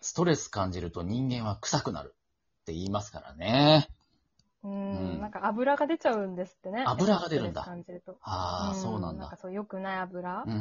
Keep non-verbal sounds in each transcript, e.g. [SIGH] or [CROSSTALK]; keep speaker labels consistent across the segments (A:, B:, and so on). A: ストレス感じると人間は臭くなるって言いますからね。
B: うん
A: うん
B: なんか油が出ちゃうんですってね。
A: 油が出るんだ
B: ストレス感じると。
A: ああ、
B: ん
A: そうなん
B: なんか
A: だ。
B: そう、良くない油。
A: う
B: なん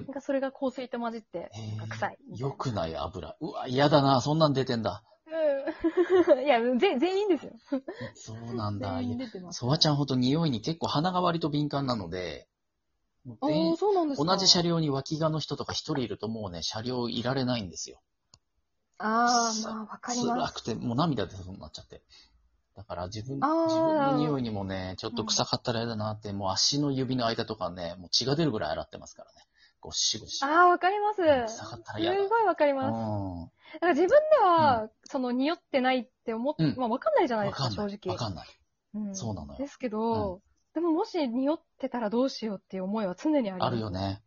A: ん。
B: かそれが香水と混じって、
A: へー
B: なんか臭いみたいな
A: 良くない油。うわ、嫌だな。そんなん出てん
B: [LAUGHS]
A: だ。
B: うん。 [LAUGHS] いや、全全員ですよ。
A: そうなんだ。
B: 全
A: い
B: 員
A: や、
B: 出てます。
A: ソワちゃんほんと匂いに結構鼻が割と敏感なので、もう
B: あ
A: 全
B: あ、
A: 員
B: そうなんですか。
A: 同じ車
B: 両。
A: 両に脇側の人とか一人いるともうね、車両いられないんですよ。
B: ああ、まあ、わかりま
A: 辛
B: す。
A: くて、もう涙出そうになっちゃって。だから自分、
B: あー
A: 自分の匂いにもね、ちょっと臭かったら嫌だなって、もう足の指の間とかね、もう血が出るぐらい洗ってますからね。ゴッシゴシ。
B: ああ、わかります。
A: 臭
B: す
A: かったら
B: ご
A: 嫌だ。
B: いわかり
A: う
B: ま
A: ん。
B: す。だから自分では、その、匂ってないって思っ
A: うん
B: まあ、わかんないじゃない
A: わ
B: です
A: か
B: か、
A: んな
B: 正
A: い。わ
B: 直。
A: かんない。
B: うん
A: そうなのよ
B: ですけど、でももし匂ってたらどうしようっていう思いは常にありま
A: あ
B: す。
A: るよね。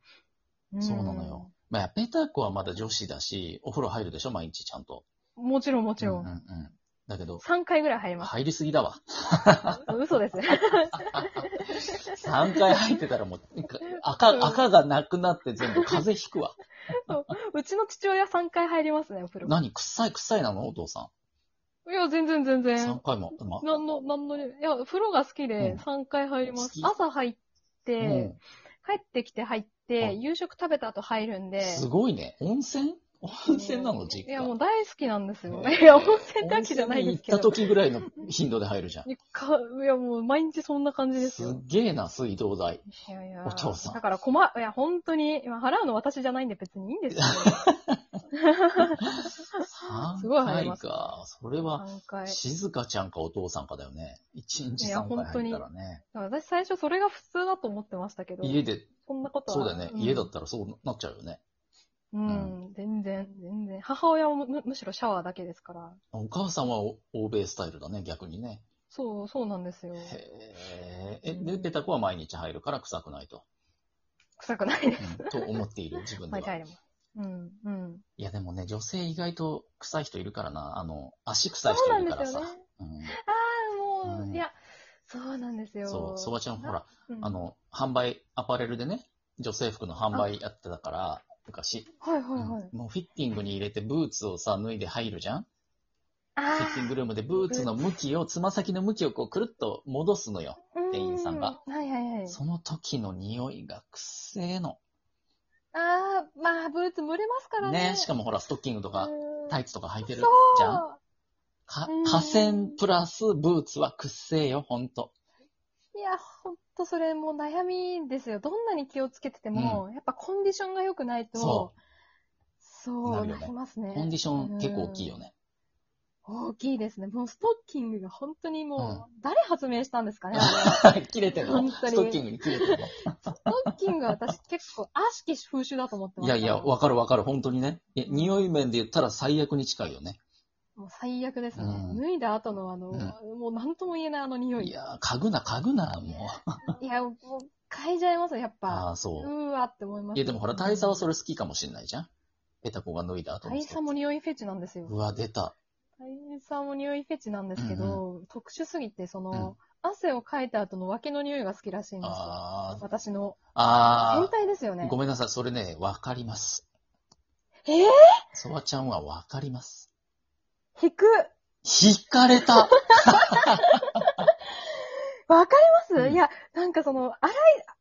B: ん
A: そうなのよ。まあ、ペーターコはまだ女子だし、お風呂入るでしょ、毎日ちゃんと。
B: もちろんもちろ
A: うんうんう
B: ん。
A: ん。だけど、
B: 3回ぐらい入り
A: [LAUGHS]
B: ます。
A: 入りすぎだわ。
B: 嘘です。 [LAUGHS]
A: 3回入ってたらもう、赤、赤がなくなって全部風邪ひくわ。
B: うちの父親3回入りますね、お風呂。
A: 何臭い臭いなのお父さ
B: いや、全然全
A: ん。3
B: 然。
A: 回も。ま
B: なんの、なんの、いや、風呂が好き
A: う
B: で
A: ん
B: 3回入りま
A: 好
B: す
A: き。
B: 朝入っ
A: う
B: て、
A: ん。
B: 帰ってきて入っ
A: う
B: て、
A: ん
B: 夕食食べた後入るんで。
A: すごいね。温泉温泉なの、実
B: いや、も
A: 家。
B: う大好きなんですよ。
A: ね
B: いや、温泉だけじゃないですけど。
A: 温泉に行った時ぐらいの頻度で入るじゃん。
B: いかいや、もう毎日そんな感じです
A: す
B: よ。
A: っげえな、水道代。
B: いやいや
A: お父さん
B: だから困、いや、本当に、今払うの私じゃないんで別にいいんですよ。
A: [LAUGHS]
B: すごい
A: 3
B: 入り
A: 回
B: ます
A: か。それは、
B: 3回。
A: 静香ちゃんかお父さんかだよね。一日
B: いや
A: 3回入ったらね。
B: 私最初それが普通だと思ってましたけど、
A: 家で、
B: そんなことは。
A: そうだよね、
B: ん
A: 家だったらそうなっちゃうよね。
B: うん、全然、全然。母親はむむむしろシャワーだけですから。
A: お母さんはお欧米スタイルだね、逆にね。
B: そう、そうなんですよ。
A: へえ。え、で、ペタコは毎日入るから臭くないと。
B: 臭くないです。
A: うん、と思っている、自分で
B: 毎
A: は。
B: 回でも。うん、うん。
A: いや、でもね、女性意外と臭い人いるからな。あの、足臭い
B: そう
A: 人
B: ないん
A: る
B: で
A: から
B: す
A: さ
B: よ。ね。
A: うん
B: ああ、もう、
A: うん
B: いや、そうなんですよ。
A: そう、そばちゃんほら、
B: うん
A: あ、の、販売、アパレルでね、女性服の販売やってたから、昔。
B: はいはいはい。
A: うんもうフィッティングに入れてブーツをさ、脱いで入るじゃんフィ
B: あ
A: ッティングルームでブーツの向きを、つま先の向きをこうくるっと戻すのよ。
B: あ、
A: 店員さんが
B: う。はいはいはい。
A: その時の匂いがくせえの。
B: ああ、まあ、ブーツ蒸れますからね。
A: ねしかもほら、ストッキングとか、タイツとか履いてる
B: そう
A: じゃんか
B: うん
A: 河川プラスブーツはくっせえよ、ほんと。
B: いや、ほんとそれもう悩みですよ。どんなに気をつけてても、やっぱコンディションが良くないと、
A: そ
B: そう
A: な
B: な,、
A: るよね
B: りますね。
A: コンディション結構大きいよね。
B: 大きいですね。もうストッキングが本当にもう、誰発明したんです
A: [LAUGHS]
B: かね。
A: 切れてるの
B: 本
A: ス
B: 当に
A: トッキングに切れてる
B: あれストッキングは私結構悪しき風習だと思って
A: の
B: ま
A: い
B: す
A: や
B: から。
A: いや、わかるわかる、本当にね。いや匂い面で言ったら最悪に近いよね。
B: もう最悪ですね。
A: うん
B: 脱いだ後のあの、
A: うん
B: もう何とも言えないあの匂い。
A: いやー、嗅ぐな、嗅ぐな、もう。
B: いや、もう嗅いじゃいますよ、やっぱ。
A: ああ、そうう。
B: ーわって思います。
A: いや、でもほら、大佐はそれ好きかもしんないじゃん。ペタコが脱いだ後
B: 大佐も匂いフェチなんですよ。
A: うわ、出た。
B: 大佐も匂いフェチなんですけど、特殊すぎて、その、汗をかいた後の脇の匂いが好きらしいんですよ。
A: あー
B: 私の。変
A: あ
B: 態ですよ
A: ー、
B: ね
A: ご。めんなさい、それね、わかります。
B: えぇ、
A: そばちゃんはわかります。
B: 引く
A: 引かれ
B: [LAUGHS]
A: た
B: わかります、
A: うん
B: いや、なんかその、洗い、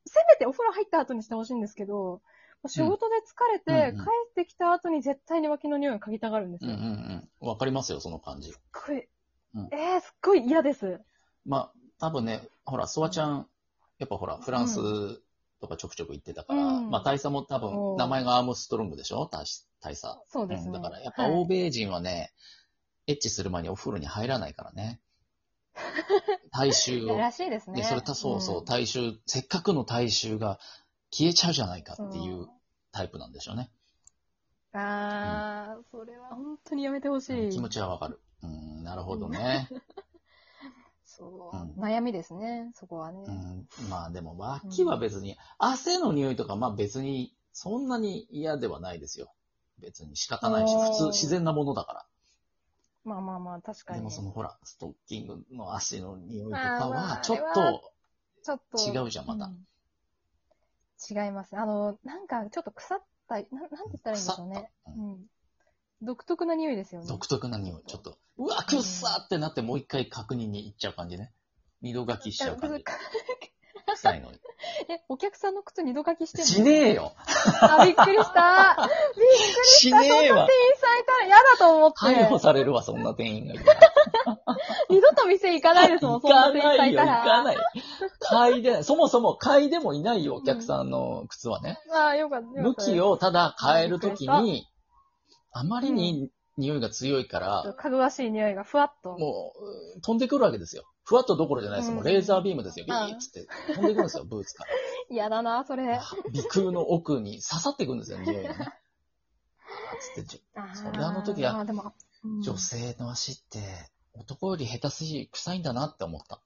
B: せめてお風呂入った後にしてほしいんですけど、仕事で疲れて、
A: うんうんうん
B: 帰ってきた後に絶対に脇の匂いを嗅ぎたがるんです
A: うんう
B: よ。
A: ん
B: すっ
A: うん。わかりますよ、その感じ。
B: ごい、
A: うん
B: えー、すっごい嫌です。
A: まあ、多分ね、ほら、そばちゃん、やっぱほら、フランスとかちょくちょく行ってたから、
B: うん
A: まあ、大佐も多
B: お
A: 分、
B: う
A: 名前がアームストロングでしょ大し大佐。
B: そうですね。
A: だから、やっぱ
B: はい
A: 欧米人はね、エッチする前にお風呂に入らないから
B: [LAUGHS]
A: ね。大衆
B: い
A: を
B: や。らしいですね。
A: で、それた、そうそう、
B: ん
A: 大衆、せっかくの大衆が消えちゃうじゃないかっていうタイプなんでしょうね。
B: ああ、それは本当にやめてほし
A: うん
B: い。
A: 気持ちはわかる。うん、なるほどね。
B: そう、
A: うん
B: 悩みですね、そこはね。
A: うん、まあでも、脇は別に、汗の匂いとか、まあ別に、そんなに嫌ではないですよ。別に仕方ないし、
B: おー
A: 普通、自然なものだか。
B: まあまあまあ、確からに。
A: でもそのほら、ストッキングの足の匂いとか
B: あーま
A: は
B: あ、
A: ちょっ
B: あれは
A: と、
B: ちょっと。
A: 違うじゃんまた
B: うん違います。あの、なんかちょっと腐った、ななんて言ったらいいんでしょうね。
A: 腐った
B: うん。独特な匂いですよね。
A: 独特な匂い。ちょっと、うわ、くっさーってなって、もう一回確認に行っちゃう感じね。二度書きしちゃう
B: [LAUGHS]
A: 感じ。臭いのに。
B: え、お客さんの靴二度書きして
A: し
B: んの
A: ねえよ
B: あ、びっくりした。びっくりした。
A: しねえ
B: そん
A: わ
B: な店員さんいたら嫌だと思って。
A: 逮捕されるわ、そんな店員がいたら。
B: 二度と店行かないですもん、
A: 行
B: そんな
A: か
B: 店員さ
A: なんい
B: い
A: よ、
B: た。
A: 行からない。買いで、そもそも買いでもいないよ、お客さんの靴はね。
B: ああ、よかった。よか
A: 向
B: った
A: き。をただ変えるとき
B: あ
A: に、あまりに匂いが強いから、
B: かぐわしい匂いがふわっと。
A: もう飛んでくるわけですよ。ふわっとどころじゃないですよ。もうレーザービームですよ。ビーッつって飛んでくるんですよ、ブーツから。
B: 嫌だ
A: [LAUGHS]
B: な、それ。
A: 鼻腔の奥に刺さっていくんですよ、匂い [LAUGHS] がね。つって、じそりゃあの時は
B: あーでも、うん
A: 女性の足って男より下手すぎ臭いんだなって思った。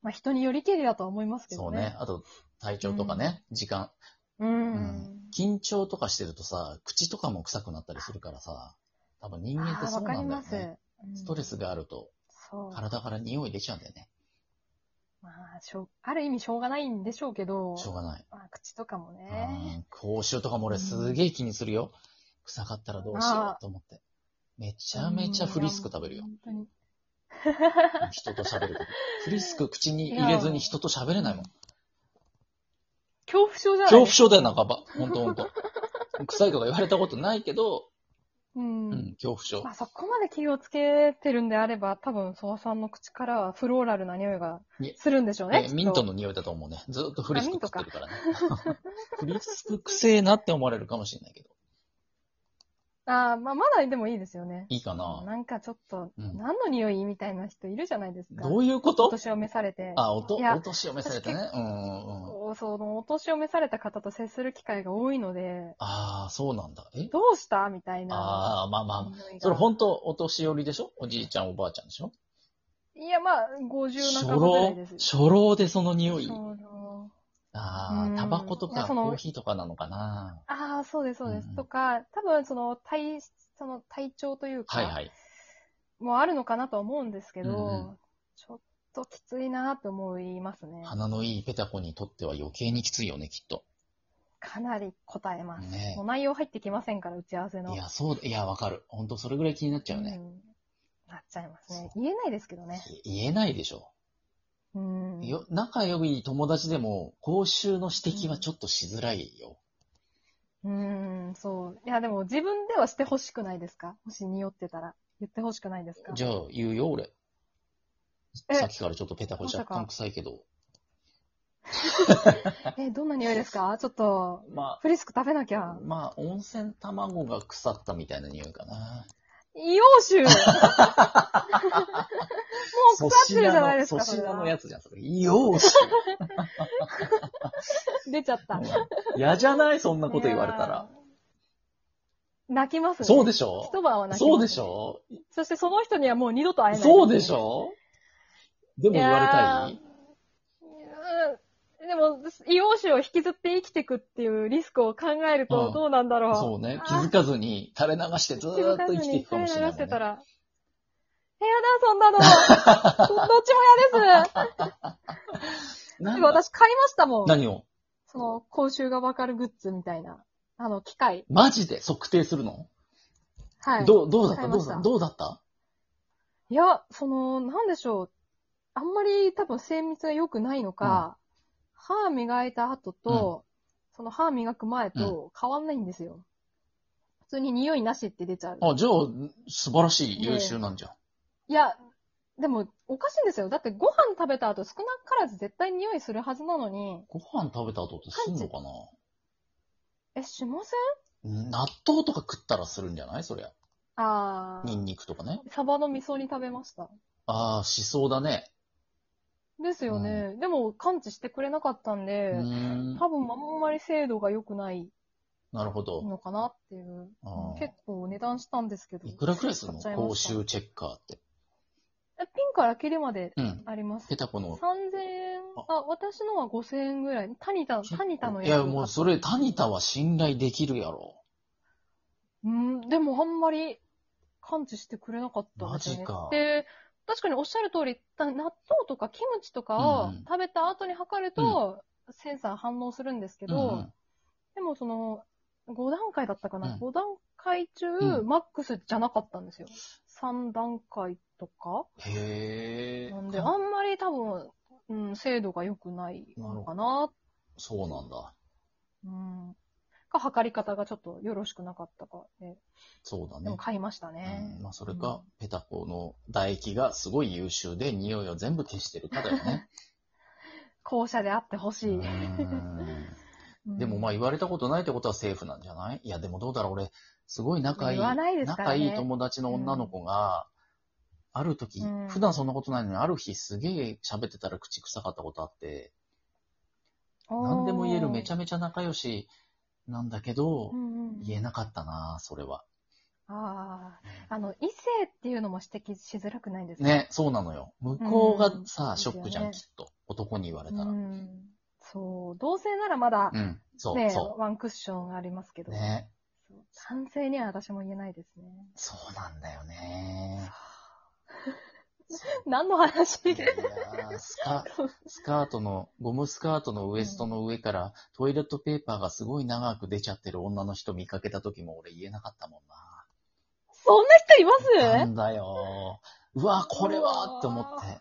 B: まあ人によりけりだとは思いますけ
A: そ
B: ど
A: う
B: ね。
A: ね。あと、体調とかね、時間。
B: う。
A: うん緊張とかしてるとさ、口とかも臭くなったりするからさ、多分人間って
B: あー
A: そ
B: わ
A: う
B: か
A: な
B: り
A: んだよ
B: ます。
A: ね。
B: うん
A: ストレスがあると
B: そう。
A: 体から匂い出ちゃうんだよね。
B: まあ、しょう、ある意味しょうがないんでしょうけど、
A: しょうがない。
B: まあ、口とかも
A: う
B: ね。
A: ん口臭とかも俺すげえ気にするよ。臭かったらどうしようと思って。めちゃめちゃフリスク食べるよ。
B: 本当に。
A: 人と喋るとき。フリスク口に入れずに人と喋れないもん。
B: [LAUGHS] 恐怖症じゃない
A: 恐
B: で
A: 怖
B: す
A: 症だよ、半ば。ほんとほんと。臭いとか言われたことないけど、
B: う。
A: うんん、恐怖症
B: ま。あ、そこまで気をつけてるんであれば、多分、ソワさんの口からはフローラルな匂いがするんでしょうね。き
A: ね
B: っ、と
A: ミントの匂いだと思うね。ずーっとフリスク
B: あミン
A: 食
B: ト
A: って
B: か
A: るからね。 [LAUGHS] フリスクくせえなって思われるかもしれないけど。
B: ああ、まあ、まだでもいいですよね。
A: いいかな
B: なんかちょっと、
A: うん
B: 何の匂いみたいな人いるじゃないですか。
A: どういうこ
B: お
A: と
B: 年を召されて。
A: あ、おと、
B: いや
A: お年を召されてね。うんうんうん。
B: おその、お年を召された方と接する機会が多いので、
A: ああ、そうなんだ。え
B: どうしたみたいな。
A: ああ、まあまあまあ。
B: 匂いが
A: それ本当お年寄りでしょおじいちゃん、おばあちゃんでしょ
B: いや、まあ、50
A: 初
B: 半ばぐらい
A: 老
B: です。
A: 初老でその匂い。
B: 初老
A: ああ、
B: うん
A: タバコと
B: い
A: か
B: や
A: コ
B: その
A: ーヒーとかなのかな
B: ああ、そうです、そうです。
A: うんうん
B: とか、多分、その、体、その、体調というか、
A: はいはい。
B: もあるのかなとは思うんですけど、
A: うんうん
B: ちょっときついなって思いますね。
A: 鼻のいいペタコにとっては余計にきついよね、きっと。
B: かなり答えます。
A: ね
B: もう内容入ってきませんから、打ち合わせの。
A: いや、そう、いや、わかる。ほんとそれぐらい気になっちゃう
B: う
A: ね。
B: んなっちゃいますね。言えないですけどね。
A: い言えないでしょ。
B: うん。
A: よ、仲良い友達でも、口臭の指摘はちょっとしづらいよ。
B: うん、そう。いや、でも自分ではしてほしくないですかもし匂ってたら。言ってほしくないですか
A: じゃあ、言うよ、俺。
B: え
A: さっきからちょっとペタコ
B: ま
A: 若
B: さか
A: 干臭いけど。
B: え、どんな匂いですかちょっと、
A: ま
B: フリスク食べなき
A: あ
B: ゃ、。
A: まあ、温泉卵が腐ったみたいな匂いかな。
B: 硫
A: [LAUGHS]
B: 黄臭もう腐ってるじゃないですか、
A: 粗
B: それ
A: 品の粗品の
B: は。
A: やつじゃん、それ。よし。
B: 出ちゃった。
A: 嫌じゃないそんなこと言われた
B: い
A: ら
B: や。ー。泣きますね。
A: そうで
B: し
A: しょ
B: 一晩は泣きます、
A: そうでしょ
B: そしてその人にはもう二度と会えない、
A: そうでしょでも言われた
B: い
A: い
B: うんでも、硫黄臭を引きずって生きていくっていうリスクを考える
A: う
B: と
A: ん
B: どうなんだろう。
A: そうね。気
B: あー
A: づかずに垂れ流してずーっと生きていくかもしれない、ね。
B: 手流してたら。やだ、そんなの。ど
A: [LAUGHS]
B: っちも嫌です。
A: な
B: で
A: ん
B: も
A: だ
B: 私買いましたもん。
A: 何を
B: その、口臭がわかるグッズみたいな。あの、機械。
A: マジで測定するの、
B: はい。
A: どうどうだった
B: 買い
A: ど
B: ま
A: う
B: した
A: だどうだった
B: いや、その、なんでしょう。あんまり多分精密が良くないのか、歯磨いた後と、その歯磨く前と変わんないんですよ。普通に匂いなしって出ちゃう。
A: あ、じゃあ、素晴らしい優秀なんじゃん。
B: いや、でも、おかしいんですよ。だってご飯食べた後少なからず絶対匂いするはずなのに、
A: ご飯食べた後ってすんのかな、
B: え、しませ
A: うん納豆とか食ったらするんじゃないそりゃ。
B: んあ
A: ニ
B: あ。
A: ンニクとかね。
B: サバの味噌煮食べました。
A: ああ、しそうだね。
B: ですよね。でも、感知してくれなかったん
A: う
B: で、
A: ーん。
B: 多分あんまり精度が良くない
A: なるほど。
B: のかなっていう。
A: あー
B: 結構値段したんですけど。
A: いくらくらいするの
B: 買っちゃいま
A: 口
B: した
A: 臭チェッカーって。
B: えピンから切れまで
A: うん。
B: あります。
A: ペタコの
B: 3000。円。あ、私のは5000円ぐらい。タニタ、タニタの
A: いや、もうそれ、タニタは信頼できるやろ。
B: うん、でもあんまり感知してくれなかったんですよね。
A: マジか
B: で、確かにおっしゃる通り、た納豆とかキムチとか
A: う
B: を
A: んうん
B: 食べた後に測ると、センサー反応するんですけ
A: うん
B: ど、
A: うん
B: でもその、5段階だったかな、
A: うん
B: 5段階中、
A: う
B: マックスじゃなかったんですよ。3段階とか
A: へえ。
B: なんで、あんまり多分、うん、精度が良くないのかな。
A: そうなんだ。
B: うん。か、測り方がちょっとよろしくなかったか。ね、
A: そうだ
B: で
A: ね。
B: も買いましたね。
A: うんまあ、それか、ペタコの唾液がすごい優秀で、匂いを全部消してるかだよね。
B: 校舎であってほ [LAUGHS] しい。
A: うんでもまあ
B: あ、
A: 言われたことないってことはセーフなんじゃないいやでもどうだろう俺、すごい仲いい、
B: 言わないですから
A: 仲
B: ね
A: いい友達の女の子が、ある時、
B: うん
A: 普段そんなことないのに、ある日すげえ喋ってたら口臭かったことあって、何でも言えるめち
B: ゃ、
A: ゃめちゃ仲良しなんだけど
B: う、んうん、
A: 言えなかったな、それは。
B: ああ。あの、異性っていうのも指摘しづらくないですか。
A: ね、そうなのよ。向こうがさ、
B: うん
A: ショックじゃん、
B: で
A: きっと。男に言われ
B: う
A: たら。
B: ん。そう。同性ならまだ
A: う、ん、そう、
B: ね、
A: そ
B: ワンクッションありますけ
A: う。
B: ど、
A: ね、
B: そう男性には私も言えないですね。
A: そうなんだよね。
B: 何の話
A: いやースカスカートの、ゴムスカートのウエストの上から、トイレットペーパーがすごい長く出ちゃってる女の人見かけた時も俺言えなかったもん
B: そんな人いま
A: な。な
B: す。
A: んだよー。うわー、これはーって思って。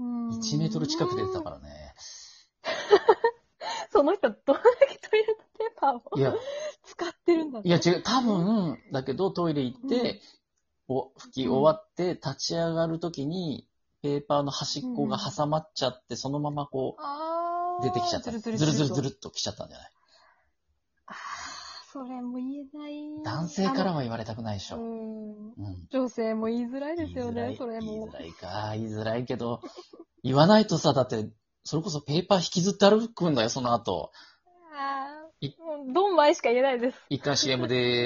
A: 1メートル近く出てたかららね。
B: その人、どんだけトイレットペーパーを
A: いや、
B: 使ってるんだ
A: いや違う、多分、だけどトイレ行って、お拭き終わって立ち上がる時に、ペーパーの端っこが挟まっちゃって、そのままこ
B: あ
A: う、出
B: ー
A: てきちゃった。
B: ずる
A: ず
B: ず
A: るず
B: るず
A: る
B: る
A: ずる
B: と
A: っと来ちゃったんじゃない
B: あーそれも言えない。
A: 男性からは言われたくないでし
B: あの。
A: ょ。
B: うん。
A: うん。
B: 女性も言いづらいです
A: 言
B: よ
A: いづら
B: ね
A: い、
B: それも。
A: 言いづらいか、言いづらいけど、言わないとさ、だって、それこそペーパー引きずって歩くんだよ、その後。
B: あ
A: い
B: あ、もうドンマイしか言えないです。
A: 一回 CM でーす。